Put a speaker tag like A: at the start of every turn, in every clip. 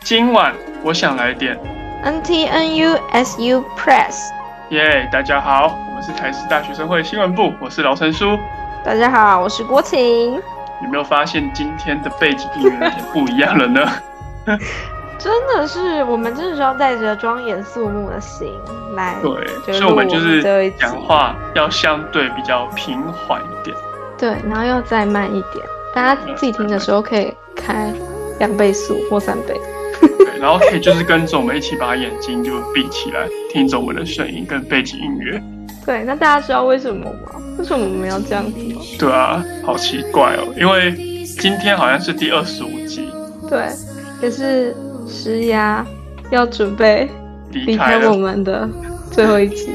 A: 今晚我想来点
B: NTNUSU Press。
A: 耶大家好，我们是台师大学生会新闻部，我是劳成书。
B: 大家好，我是郭晴。
A: 有没有发现今天的背景音乐有点不一样了 呢？
B: 真的是，我们真的是要带着庄严肃穆的心来，
A: 对，
B: 就
A: 所以我们
B: 录
A: 就
B: 我们这一
A: 是
B: 集
A: 讲话要相对比较平缓一点。
B: 对，然后要再慢一点，大家自己听的时候可以开两倍速或三倍。
A: 对，然后可以就是跟着我们一起把眼睛就闭起来，听着我们的声音跟背景音乐。
B: 对，那大家知道为什么吗？为什么我们要这样子吗？
A: 对啊，好奇怪哦，因为今天好像是第二十五集，
B: 对，也是石牙要准备
A: 离
B: 离
A: 开
B: 开我
A: 了。
B: 们的最后一集。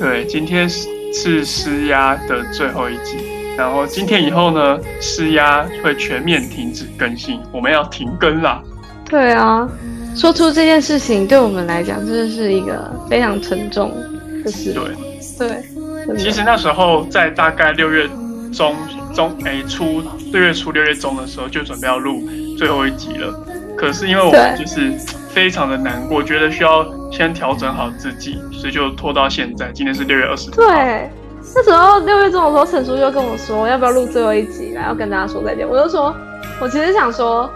A: 对，今天是是施压的最后一集，然后今天以后呢，施压会全面停止更新，我们要停更啦。
B: 对啊，说出这件事情对我们来讲，真的是一个非常沉重的事。
A: 对，
B: 对，真的
A: 其实那时候在大概六月中中诶初六月初六月中的时候就准备要录最后一集了，可是因为我们
B: 对
A: 就是非常的难过，觉得需要先调整好自己，所以就拖到现在。今天是六月二十，
B: 对。那时候六月中的时候，陈叔就跟我说要不要录最后一集啦，要跟大家说再见。我就说，我其实想说，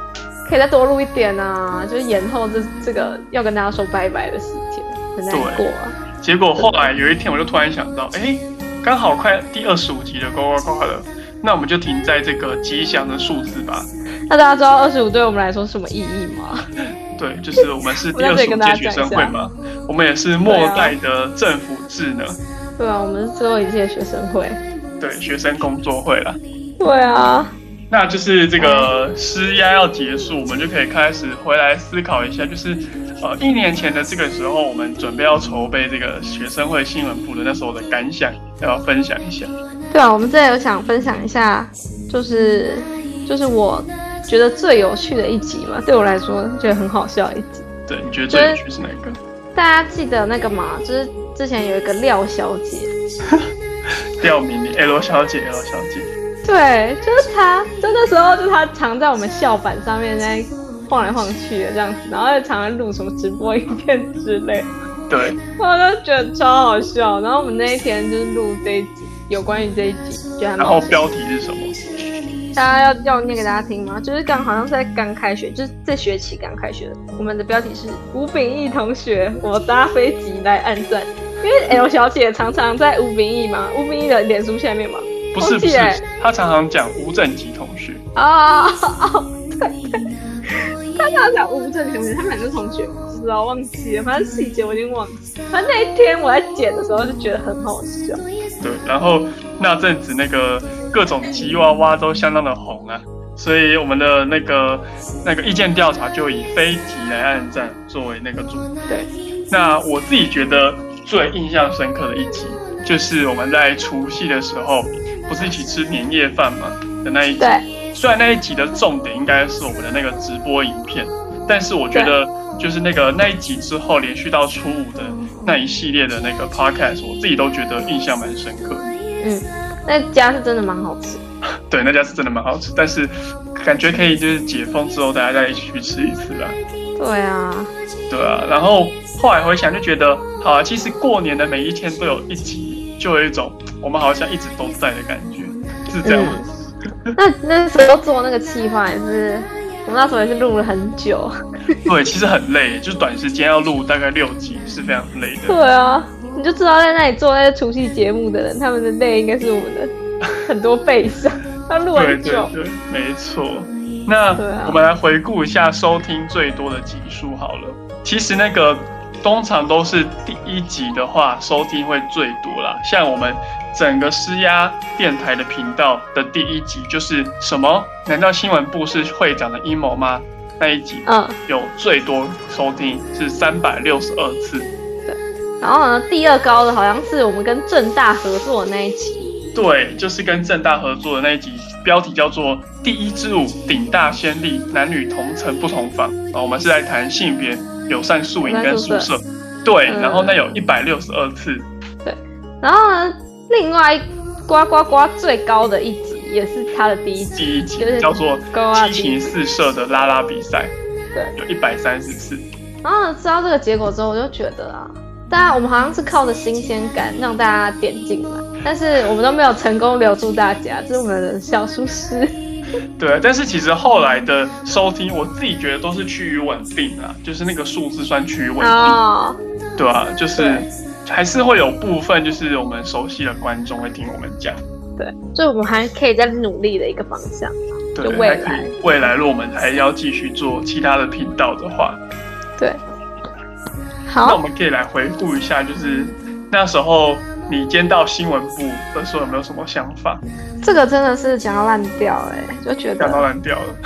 B: 可以再多录一点啊，就是延后这这个要跟大家说拜拜的时间，很难过啊。
A: 结果后来有一天我就突然想到，诶，刚好快第二十五集的呱呱呱了，那我们就停在这个吉祥的数字吧。
B: 那大家知道二十五对我们来说是什么意义吗？
A: 对，就是我们是第
B: 我
A: 二
B: 再
A: 十
B: 跟
A: 五
B: 大家
A: 届
B: 讲一
A: 学生
B: 下
A: 会嘛，我们也是末代的政府制呢，
B: 对啊，我们是最后一届学生会。
A: 对，学生工作会啦。
B: 对啊，
A: 那就是这
B: 嗯
A: 个施压要结束，我们就可以开始回来思考一下，就是呃一年前的这个时候，我们准备要筹备这个学生会新闻部的那时候的感想，要不要分享一下。
B: 对啊，我们这里有想分享一下，就是就是我觉得最有趣的一集嘛，对我来说觉得很好笑的一集。
A: 对，你觉得最有趣是哪个？
B: 大家记得那个嘛，就是之前有一个廖小姐，
A: 廖明丽，L 哎小姐，L 小姐，
B: 对，就是她，就那时候就是她常在我们校板上面在晃来晃去的这样子，然后又常常录什么直播影片之类，嗯
A: 对，
B: 我就觉得超好笑。然后我们那一天就是录这一集，有关于这一集，觉得还蛮
A: 然
B: 好
A: 后
B: 笑
A: 标题是什么？
B: 大家要要念给大家听吗？就是刚好像是在刚开学，就是这学期刚开学，我们的标题是吴秉义同学，我搭飞机来暗赞，因为 L 小姐常常在吴秉义嘛，吴秉义的脸书下面嘛，
A: 不是
B: 忘
A: 不
B: 记
A: 是
B: 欸，
A: 他常常讲吴正吉同学，
B: 啊、 哦，对对，他常常讲吴正同学，他们两个是同学，不知道忘记了，反正细节我已经忘记了，反正那一天我在剪的时候就觉得很好笑，
A: 对，然后那阵子那个各种吉娃娃都相当的红啊，所以我们的那个那个意见调查就以非吉来暗战作为那个主题。
B: 对，
A: 那我自己觉得最印象深刻的一集，就是我们在除夕的时候，不是一起吃年夜饭嘛的那一集。
B: 对
A: 虽然那一集的重点应该是我们的那个直播影片，但是我觉得就是那个那一集之后连续到初五的那一系列的那个 podcast，我自己都觉得印象蛮深刻。
B: 嗯，那家是真的蛮好吃的。
A: 对，那家是真的蛮好吃，但是感觉可以就是解封之后大家再一起去吃一次啦。
B: 对啊，
A: 对啊，然后后来回想就觉得，好啊，其实过年的每一天都有一集，就有一种我们好像一直都在的感觉，是这样吗？
B: 那那时候做那个企划也是，我们那时候也是录了很 久。
A: 对，其实很累，就是短时间要录大概六集是非常累的。
B: 对啊，你就知道在那里做那些除夕节目的人，他们的累应该是我们的很多倍 上。他录
A: 对
B: 很
A: 对
B: 久，
A: 对，没错。那
B: 对啊
A: 我们来回顾一下收听最多的集数好了。其实那个通常都是第一集的话，收听会最多啦。像我们整个施压电台的频道的第一集就是什么？难道新闻部是会长的阴谋吗？那一集
B: 嗯，
A: 有最多收听是三百六十二次。
B: 然后呢，第二高的好像是我们跟正大合作的那一期。
A: 对，就是跟正大合作的那一集，标题叫做《第一支舞顶大先例，男女同城不同房》啊，我们是在谈性别友善宿营跟宿舍。对，
B: 嗯
A: 然后那有一百六十二次，
B: 然后呢，另外呱呱呱最高的一集也是他的第一集，
A: 第一集
B: 就是
A: 叫做
B: 呱呱
A: 《激情四射》的拉拉比赛。
B: 对，
A: 有一百三十次。
B: 然后呢，知道这个结果之后，我就觉得啊，大家我们好像是靠着新鲜感让大家点进来，但是我们都没有成功留住大家，这是我们的小疏失。
A: 对，但是其实后来的收听，我自己觉得都是趋于稳定啊，就是那个数字算趋于稳定，
B: 哦，
A: 对啊，就是
B: 对
A: 还是会有部分就是我们熟悉的观众会听我们讲，
B: 对，所以我们还可以再努力的一个方向。
A: 对，
B: 就未
A: 还可以未来如果我们还要继续做其他的频道的话，
B: 对，
A: 那我
B: 好，
A: 们可以来回顾一下，就是那时候你兼到新闻部的时候有没有什么想法？
B: 这个真的是讲到烂掉哎、就觉
A: 讲到
B: 得
A: 烂掉了，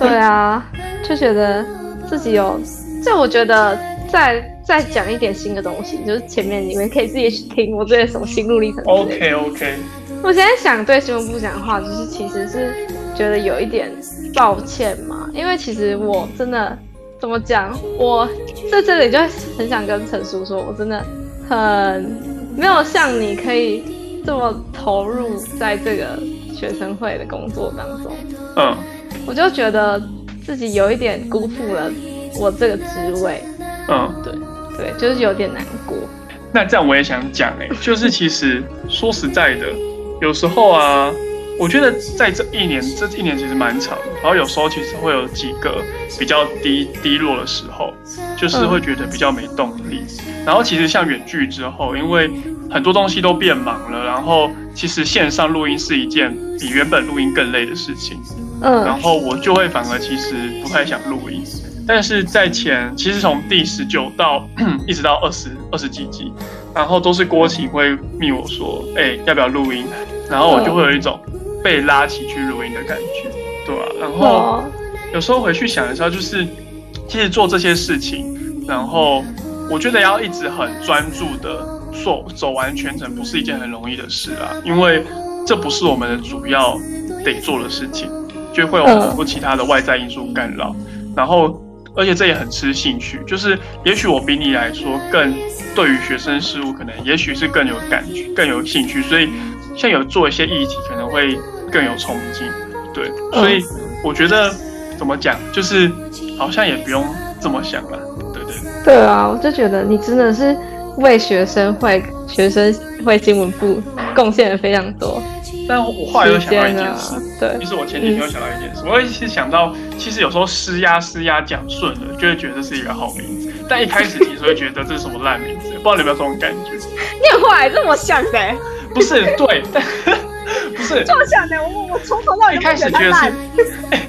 B: 对啊，就觉得自己有，就我觉得再再讲一点新的东西，就是前面你们可以自己去听我这些什么心路历程之类的。
A: OK OK，
B: 我现在想对新闻部讲的话，就是其实是觉得有一点抱歉嘛，因为其实我真的怎么讲，我在这里就很想跟陈叔说，我真的很没有像你可以这么投入在这个学生会的工作当中，
A: 嗯，
B: 我就觉得自己有一点辜负了我这个职位，
A: 嗯，
B: 对对，就是有点难过，
A: 那这样我也想讲哎、就是其实说实在的，有时候啊，我觉得在这一年，这一年其实蛮长的，然后有时候其实会有几个比较低低落的时候，就是会觉得比较没动力。然后其实像远距之后，因为很多东西都变忙了，然后其实线上录音是一件比原本录音更累的事情。然
B: 嗯
A: 后我就会反而其实不太想录音。但是在前，其实从第十九到 一直到二十二十几集，然后都是郭琴会密我说，哎、要不要录音？然后我就会有一种被拉起去录音的感觉，对啊？然后
B: 哦，
A: 有时候回去想一下，就是其实做这些事情，然后我觉得要一直很专注的做走完全程，不是一件很容易的事啊，因为这不是我们的主要得做的事情，就会有很多其他的外在因素干扰，然后。而且这也很吃兴趣，就是也许我比你来说更对于学生事务，可能也许是更有感觉、更有兴趣，所以像有做一些议题，可能会更有冲劲。对，所以我觉得怎么讲，就是好像也不用这么想了。对对
B: 对啊，我就觉得你真的是为学生会、学生会新闻部贡献了非常多
A: 但我后来又
B: 时
A: 想到一
B: 间
A: 件
B: 啊
A: 事，。
B: 对
A: 其，实我前几天又想到一件事，我也是想到，其实有时候施压施压讲顺了，就会觉得是一个好名字，但一开始其实会觉得这是什么烂名字，不知道你有没有这种感觉？
B: 你很坏，这么像谁？
A: 不是，对，但 不是，
B: 这么像谁？我我从头到
A: 一开始觉得是，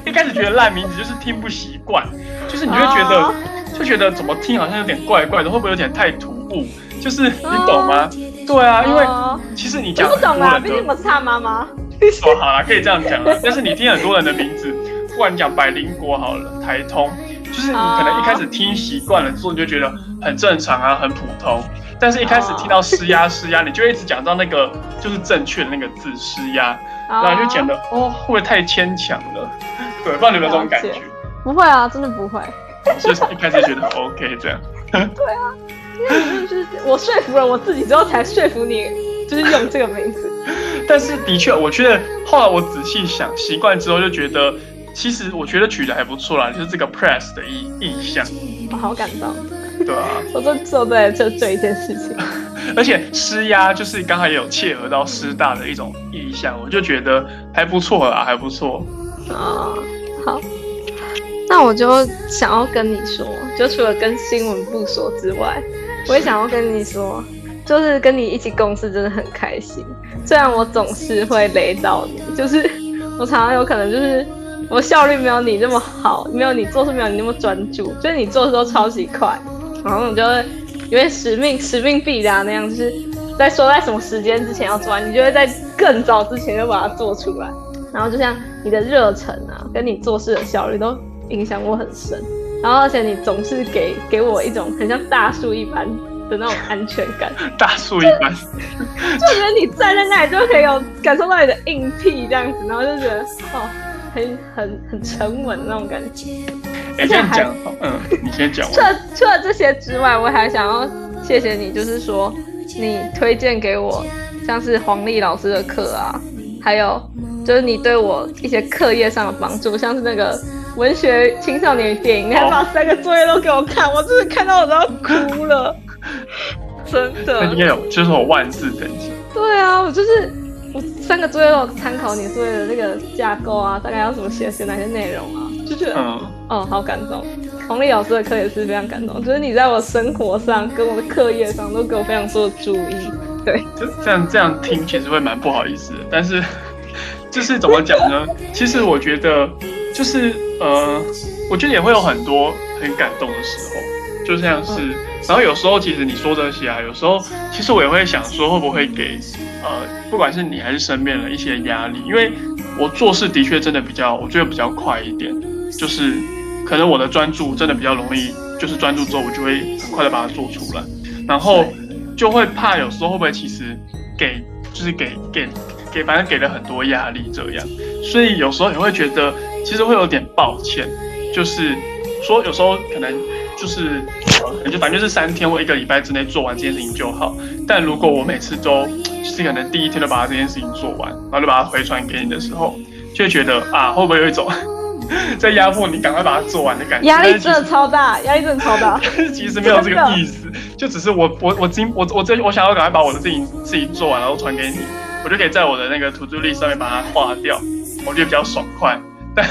A: 一开始觉得烂名字就是听不习惯，就是你就会觉
B: 哦
A: 得，就觉得怎么听好像有点怪怪的，会不会有点太突兀？就是你懂吗？对啊，因为
B: 哦
A: 其实你
B: 我
A: 讲
B: 不
A: 很多
B: 懂啊，
A: 人
B: 毕竟
A: 的
B: 我是他妈妈。
A: 哦，好啦，可以这样讲了。但是你听很多人的名字，不管你讲百灵国好了，台通，就是你可能一开始听习惯了之后，你就觉得很正常啊，很普通。但是一开始听
B: 哦
A: 到施压施压，你就一直讲到那个就是正确的那个字施压，然后你就觉
B: 哦
A: 得哦，会不会太牵强了？ 对，不知道你有没有这种感觉
B: 了？不会啊，真的不会。
A: 所以一开始觉得 OK 这样。
B: 就是我说服了我自己之后，才说服你，就是用这个名字。
A: 但是的确，我觉得后来我仔细想，习惯之后就觉得，其实我觉得取的还不错啦，就是这个 press 的意意象，
B: 我好感动，
A: 对啊。
B: 我就做对了这这一件事情。
A: 而且施压就是刚才也有切合到师大的一种意向，我就觉得还不错啦，还不错。
B: 啊，好，那我就想要跟你说，就除了跟新闻部说之外，我也想要跟你说，就是跟你一起共事真的很开心。虽然我总是会雷到你，就是我常常有可能就是我效率没有你那么好，没有你做事没有你那么专注，就是你做事都超级快，然后你就会有点使命使命必达那样，就是在说在什么时间之前要做完，你就会在更早之前就把它做出来。然后就像你的热忱啊，跟你做事的效率都影响我很深。然后而且你总是给给我一种很像大树一般的那种安全感，
A: 大树一般，
B: 就觉得你站在那里就可以有感受到你的硬气这样子，然后就觉得哦，很很很沉稳那种感觉。
A: 哎、这样讲，嗯，你先讲
B: 除
A: 完。
B: 了除了这些之外，我还想要谢谢你，就是说你推荐给我像是黄丽老师的课啊，还有就是你对我一些课业上的帮助，像是那个文学青少年与电影，你还把三个作业都给我看，我真的看到我都要哭了，真
A: 那应
B: 的。
A: 该有就是我万字等级。
B: 对啊，我就是我三个作业都有参考你作业的那个架构啊，大概要怎么写，写哪些内容啊，就觉得
A: 嗯，
B: 哦，好感动。黄丽老师的课也是非常感动，就是你在我生活上跟我的课业上都给我非常多的注意。
A: 这这样这样听其实会蛮不好意思的，但是就是怎么讲呢？其实我觉得就是呃，我觉得也会有很多很感动的时候，就像是，然后有时候其实你说这些啊，有时候其实我也会想说会不会给呃，不管是你还是身边人一些压力，因为我做事的确真的比较，我觉得比较快一点，就是可能我的专注真的比较容易，就是专注之后我就会很快的把它做出来，然后就会怕有时候会不会其实给就是给给给反正给了很多压力这样，所以有时候也会觉得其实会有点抱歉，就是说有时候可能就是呃可能就反正就是三天或一个礼拜之内做完这件事情就好，但如果我每次都就是可能第一天就把它这件事情做完，然后就把它回传给你的时候，就会觉得啊会不会有一种 在压迫你赶快把它做完的感觉？
B: 压力
A: 但是其
B: 真
A: 实
B: 的超大， 压力真的超大。
A: 其实没有这个意思，就只是我我我今我我这我想要赶快把我的事情自己做完，然后传给你，我就可以在我的那个 to do list 上面把它划掉，我觉得比较爽快，但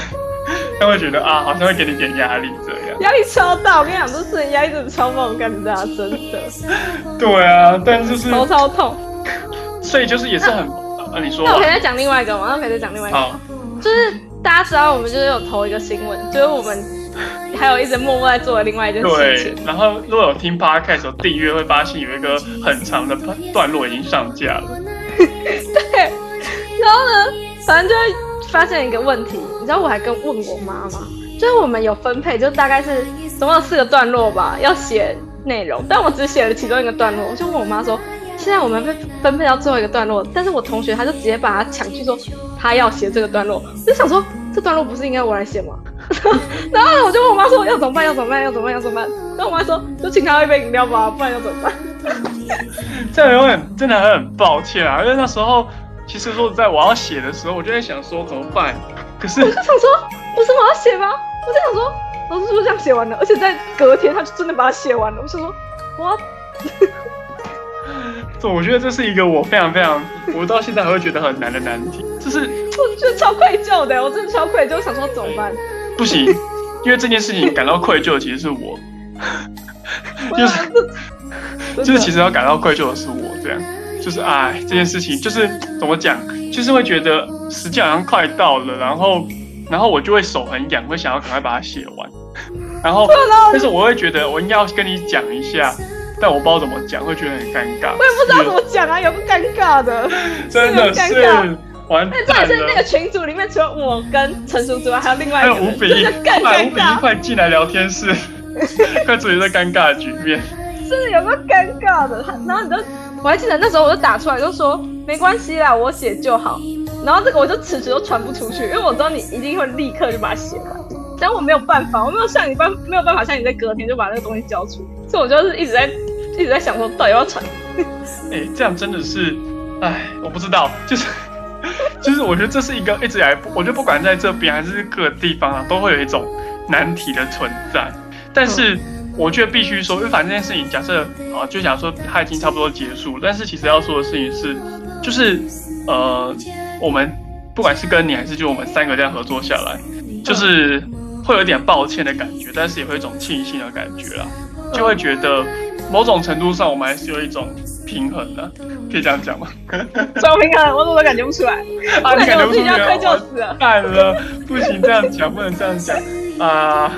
A: 但会觉得啊，好像会给你点压力这样。
B: 压力超大，我跟你讲，这次压力真的超爆，我感觉大家真的
A: 对啊，但就是
B: 头超痛。
A: 所以就是也是很啊，你说
B: 那我可以
A: 吧。
B: 再讲另外一个吗？那我可以再讲另外一个，
A: 好，
B: 就是大家知道我们就是有投一个新闻，就是我们还有一直默默在做的另外一件事
A: 对
B: 情。，
A: 然后如果有听 podcast 有订阅，会发现有一个很长的段落已经上架了。
B: 然后呢，反正就会发现一个问题，你知道我还跟问我妈妈，就是我们有分配，就大概是总共有四个段落吧，要写内容，但我只写了其中一个段落，我就问我妈说，现在我们被分配到最后一个段落，但是我同学他就直接把它抢去说他要写这个段落，我就想说这段落不是应该我来写吗？ 然后我就问我妈说要怎么办，要怎么办，要怎么办，要怎么办？然后我妈说就请他喝一杯饮料吧，不然要怎么办？
A: 这样有很真的很抱歉啊，因为那时候其实说实在，我要写的时候，我就在想说怎么办，可是
B: 我就想说，不是我要写吗？我就想说，老师是不是这样写完了？而且在隔天他就真的把它写完了。我想说，哇，
A: 对我觉得这是一个我非常非常，我到现在还会觉得很难的难题，就是
B: 我觉得超愧疚的，我真的超愧疚，我想说怎么办？
A: 不行，因为这件事情感到愧疚的其实是我，
B: 我
A: 就是
B: 想说这
A: 就是其
B: 实
A: 实要感到愧疚的是我，这样就是哎，这件事情就是怎么讲，就是会觉得时间好像快到了，然后然后我就会手很痒，会想要赶快把它写 完，然后但是我会觉得我应该要跟你讲一下，但我不知道怎么讲，会觉得很尴尬，我也
B: 不知道怎么讲啊，有个尴尬的。
A: 真的
B: 这
A: 是
B: 个很尴
A: 完
B: 但
A: 蛋
B: 真的是那个
A: 了。
B: 群组里面，除了我跟陈叔之外，还有另外
A: 还
B: 一
A: 有
B: 个
A: 五
B: 人，
A: 比
B: 真
A: 一
B: 的，
A: 快
B: 更
A: 五
B: 尴
A: 比一，
B: 尬，
A: 快进来聊天 室，快处理这尴尬的局面。
B: 真的有个尴尬的。他然后你就，我还记得那时候我就打出来就说没关系啦，我写就好。然后这个我就迟迟都传不出去，因为我知道你一定会立刻就把它写完，但我没有办法，我没有像你办没有办法像你在隔天就把那个东西交出，所以我就是一直在一直在想说到底要不要传。
A: 哎、这样真的是，哎，我不知道，就是。 就是我觉得这是一个一直以来，我觉得不管在这边还是各个地方啊，都会有一种难题的存在。但是我觉得必须说，因为反正这件事情，假设啊，就想说它已经差不多结束了，但是其实要说的事情是，就是呃，我们不管是跟你还是就我们三个这样合作下来，就是会有点抱歉的感觉，但是也会有一种庆幸的感觉啦，就会觉得某种程度上我们还是有一种平衡的，可以这样讲吗？
B: 找平衡，我怎么都感觉不出来？
A: 啊，
B: 我
A: 你感
B: 感觉
A: 觉
B: 我
A: 不
B: 自
A: 出
B: 己要
A: 来
B: 快
A: 完
B: 就死了。
A: 蛋了，不行，这样讲不能这样讲啊，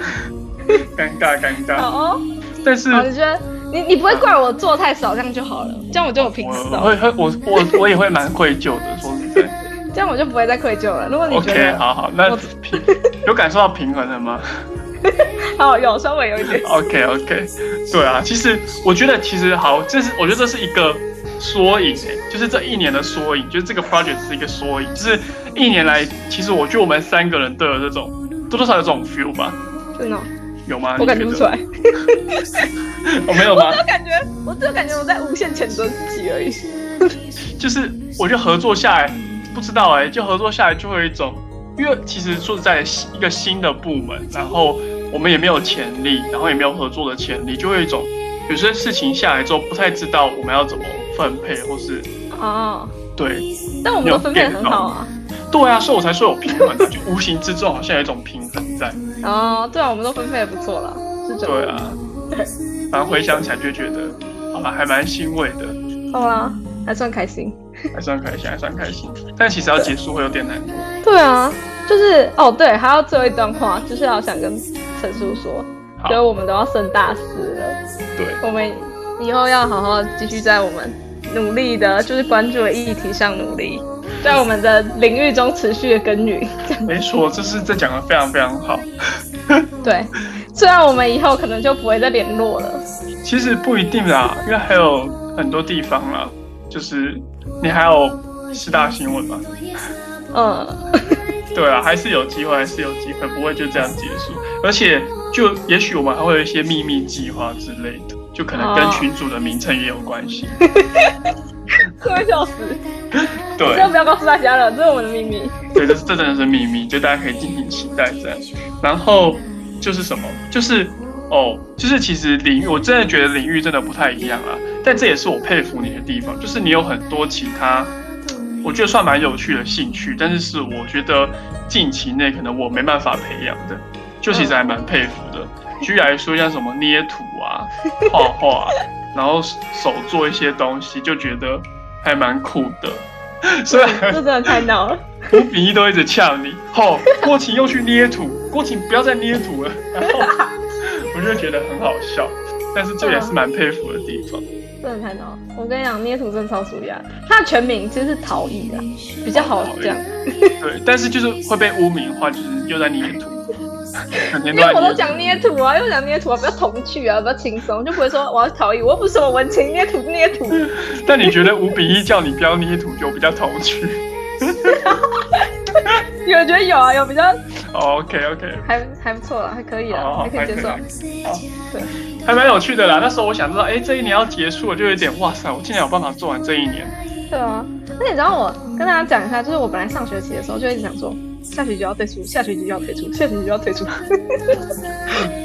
A: 尴尬尴尬。
B: 好哦，
A: 但是
B: 好，你觉得你你不会怪我做太少，这样就好了，这样我就有平
A: 我
B: 衡
A: 会会我我我也会蛮愧疚的，说实在。
B: 这样我就不会再愧疚了。如果 你觉
A: OK，
B: 得
A: 好好，那
B: 我
A: 平有感受到平衡了吗？
B: 好有稍微有一点，
A: OK OK，对啊，其实我觉得其实好，这是我觉得这是一个缩影、欸，就是这一年的缩影，就是这个 project 是一个缩影，就是一年来，其实我觉得我们三个人都有这种多多少少有这种 feel 吧，
B: 真的哦，
A: 有吗？你觉
B: 我感
A: 得
B: 觉不出，来，
A: 哦，没有
B: 我
A: 吗
B: 只？有 感觉，我只有感觉我在无限谴责自己而已。
A: 欸就是我觉得合作下来，不知道哎、就合作下来就会有一种因为其实说实在一个新的部门，然后我们也没有潜力，然后也没有合作的潜力，就会有一种有些事情下来之后不太知道我们要怎么分配，或是
B: 哦，
A: 对
B: 但我们都分配得很好啊。
A: 对啊，所以我才说有平衡，就无形之中好像有一种平衡在。
B: 哦，对啊，我们都分配的不错了，是这
A: 对
B: 样。
A: 啊，反正回想起来就觉得，好吧，还蛮欣慰的，
B: 好啦，还算开心。
A: 还算开心，还算开心。但其实要结束会有点难过。
B: 对啊，就是哦，对，还有最后一段话，就是要想跟陈叔说，
A: 好
B: 所以，我们都要升大四了，
A: 对，
B: 我们以后要好好继续在我们努力的，就是关注的议题上努 力，在我们的领域中持续的耕耘。
A: 没错，这是这讲的非常非常好。
B: 对，虽然我们以后可能就不会再联络了，
A: 其实不一定啦，因为还有很多地方啦，就是你还有四大新闻嘛。
B: 嗯，
A: 对啊，还是有机会，还是有机会，不会就这样结束。而且，就也许我们还会有一些秘密计划之类的，就可能跟
B: 哦
A: 群主的名称也有关系。
B: 快笑死！
A: 对
B: 真，的不要告诉大家了，这是我们的秘密。
A: 对，这这真的是秘密，就大家可以敬请期待这样。然后就是什么，就是哦，就是其实领域，我真的觉得领域真的不太一样啊。但这也是我佩服你的地方，就是你有很多其他，我觉得算蛮有趣的兴趣，但是是我觉得近期内可能我没办法培养的，就其实还蛮佩服的。举例来说，像什么捏土啊、画画、啊，然后手做一些东西，就觉得还蛮酷的。 虽然
B: 这真的太闹了。
A: 吴秉义都一直呛 你，吼、郭琴又去捏土，郭琴不要再捏土了。然后 我就觉得很好笑，但是这也是蛮佩服的地方。
B: 真的太难了。我跟你讲，捏土真的超舒压。它的全名其实是陶艺啦，比较好讲，嗯
A: 对，但是就是会被污名化，就是又在 捏土，整天
B: 因
A: 都在
B: 为我都
A: 捏土。
B: 讲捏土啊，又讲捏土啊，比较童趣啊，比较轻松，就不会说我要陶艺，我又不是什么文青，捏土捏土。
A: 但你觉得吴秉义叫你不要捏土，就比较 童趣。
B: 有人觉得有啊，有比较
A: OK OK，
B: 还还不错啦，啊还可以
A: 哦好好
B: 啦，
A: 好
B: 哦还可以接受
A: 还。好
B: 对，
A: 还蛮有趣的啦。那时候我想知道，哎、这一年要结束了，就有点哇塞，我竟然有办法做完这一年。
B: 对啊，那你知道我跟大家讲一下，就是我本来上学期的时候就一直想说，下学期就要退出，下学期就要退出，下学期就要退出。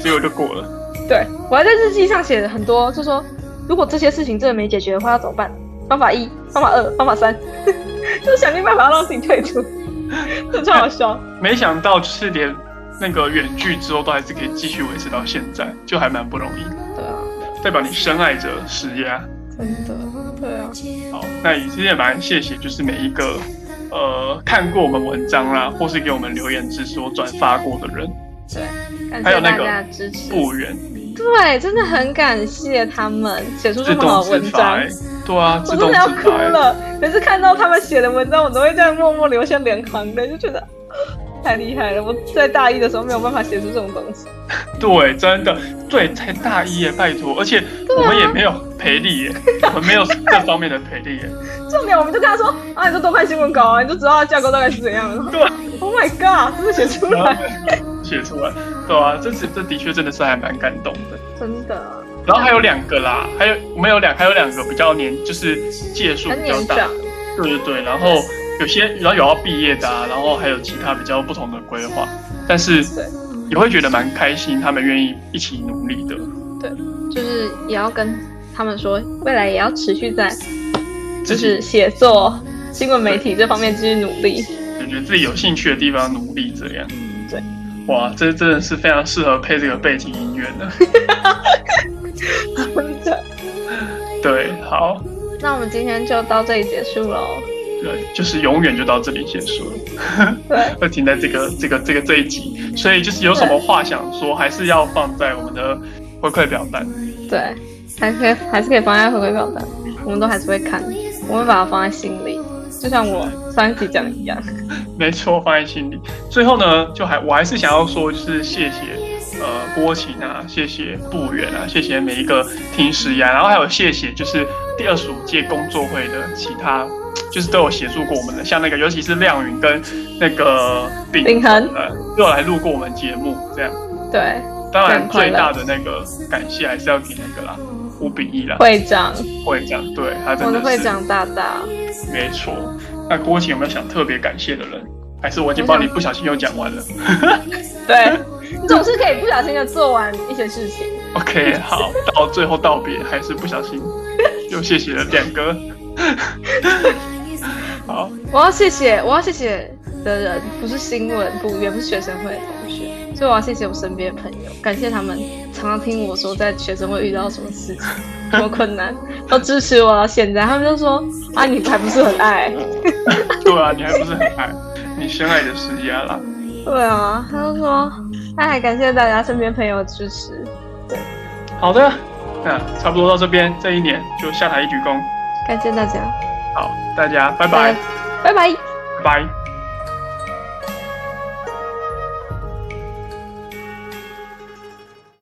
A: 结果就过了。
B: 对我还在日记上写了很多，就说如果这些事情真的没解决的话，要怎么办？方法一、方法二、方法三， 就是想尽办法让自己退出， 这超好笑。
A: 没想到就是连那个远距之后都还是可以继续维持到现在，就还蛮不容易，
B: 对啊，
A: 代表你深爱着实业啊。
B: 真的，对啊，
A: 好，那也其实也蛮谢谢，就是每一个呃看过我们文章啦，或是给我们留言支持或转发过的人，
B: 对，感
A: 还有
B: 谢
A: 那
B: 大
A: 个
B: 家的支持。
A: 不远
B: 对，真的很感谢他们写出
A: 自
B: 这么好
A: 动
B: 的
A: 自
B: 文
A: 发、
B: 章
A: 欸，，对啊，自
B: 我真
A: 动
B: 的要
A: 自
B: 哭
A: 发、欸。
B: 了。每次看到他们写的文章，我都会这样默默流下两行泪，就觉得。啊太厉害了！我在大一的时候没有办法写出这种东西，
A: 对，啊真的，对，才大一耶，拜托，而且我们也没有赔力耶，我们没有 这方面的赔力耶。
B: 重点我们就跟他说啊，你就多看新闻稿啊，你就知道它架构大概是怎样的。
A: 对，
B: Oh my god！真的写出
A: 然
B: 来，
A: 后写出来，对啊，这这这的确真的是还蛮感动的。
B: 真的
A: 然后还有两个啦，还有我们有两还有两个比较年，就是届数
B: 很
A: 比较
B: 年
A: 大
B: 长，，
A: 对对对。然后有些然后有要毕业的、啊，然后还有其他比较不同的规划，但是
B: 对
A: 也会觉得蛮开心，他们愿意一起努力的。
B: 就是也要跟他们说，未来也要持续在就
A: 自
B: 是
A: 己
B: 写作、新闻媒体这方面继续努力。
A: 感觉自己有兴趣的地方努力这样。
B: 对，
A: 哇，这真的是非常适合配这个背景音乐的。
B: 真的，
A: 对，好，
B: 那我们今天就到这里结束喽。
A: 对，就是永远就到这里结束了。
B: 对，
A: 会停在这个这个这个这一集，所以就是有什么话想说，还是要放在我们的回馈表单。
B: 对，还可以还是可以放在回馈表单，我们都还是会看，我们把它放在心里，就像我上一集讲的一样。
A: 没错，放在心里。最后呢，就还我还是想要说，就是谢谢呃郭琴啊，谢谢不远啊，谢谢每一个听师呀，然后还有谢谢就是第二十五届工作会的其他，就是都有协助过我们的，像那个尤其是亮云跟那个
B: 秉
A: 秉
B: 恒，
A: 呃都有来录过我们节目这样。
B: 对，
A: 当然最大的那个感谢还是要给那个啦。吴秉义啦，
B: 会长，
A: 会长，对他真
B: 我
A: 的
B: 的
A: 是
B: 会长大大。
A: 没错。那郭琴有没有想特别感谢的人？还是我已经帮你不小心又讲完了
B: 对，你总是可以不小心的做完一些事情。
A: ？OK，好，到最后道别还是不小心又谢谢了两个。 好，
B: 我要谢谢，我要谢谢的人不是新闻部，也不是学生会的同学，所以我要谢谢我身边的朋友，感谢他们常常听我说在学生会遇到什么事情、什么困难，都支持我到现在。他们就说啊，你还不是很爱？
A: 对啊，你还不是很爱你深爱的施压啦。
B: 对啊，他就说哎，感谢大家身边朋友的支持。
A: 好的，那差不多到这边，这一年就下台一鞠躬。
B: 感谢大家，
A: 好，大家拜拜，
B: 拜拜。
A: 拜拜。